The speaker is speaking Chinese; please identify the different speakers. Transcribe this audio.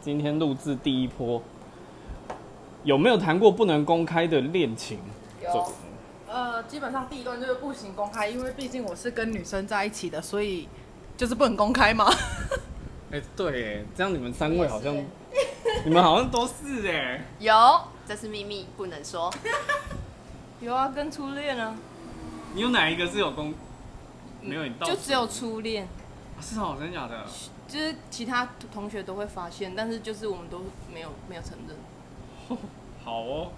Speaker 1: 今天录制第一波，有没有谈过不能公开的恋情？
Speaker 2: 有，呃，基本上第一段就是不行公开，因为毕竟我是跟女生在一起的，所以就是不能公开 嘛。
Speaker 1: 哎、对耶，这样你们三位好像， 你们好像都是哎。
Speaker 3: 有，这是秘密，不能 说。
Speaker 4: 有啊，跟初恋啊，
Speaker 1: 你有哪一个是有公？没有，你到
Speaker 4: 就只有初恋，
Speaker 1: 是哦，真的假的？
Speaker 4: 就是其他同学都会发现，但是就是我们都没有没有承认。
Speaker 1: 好哦，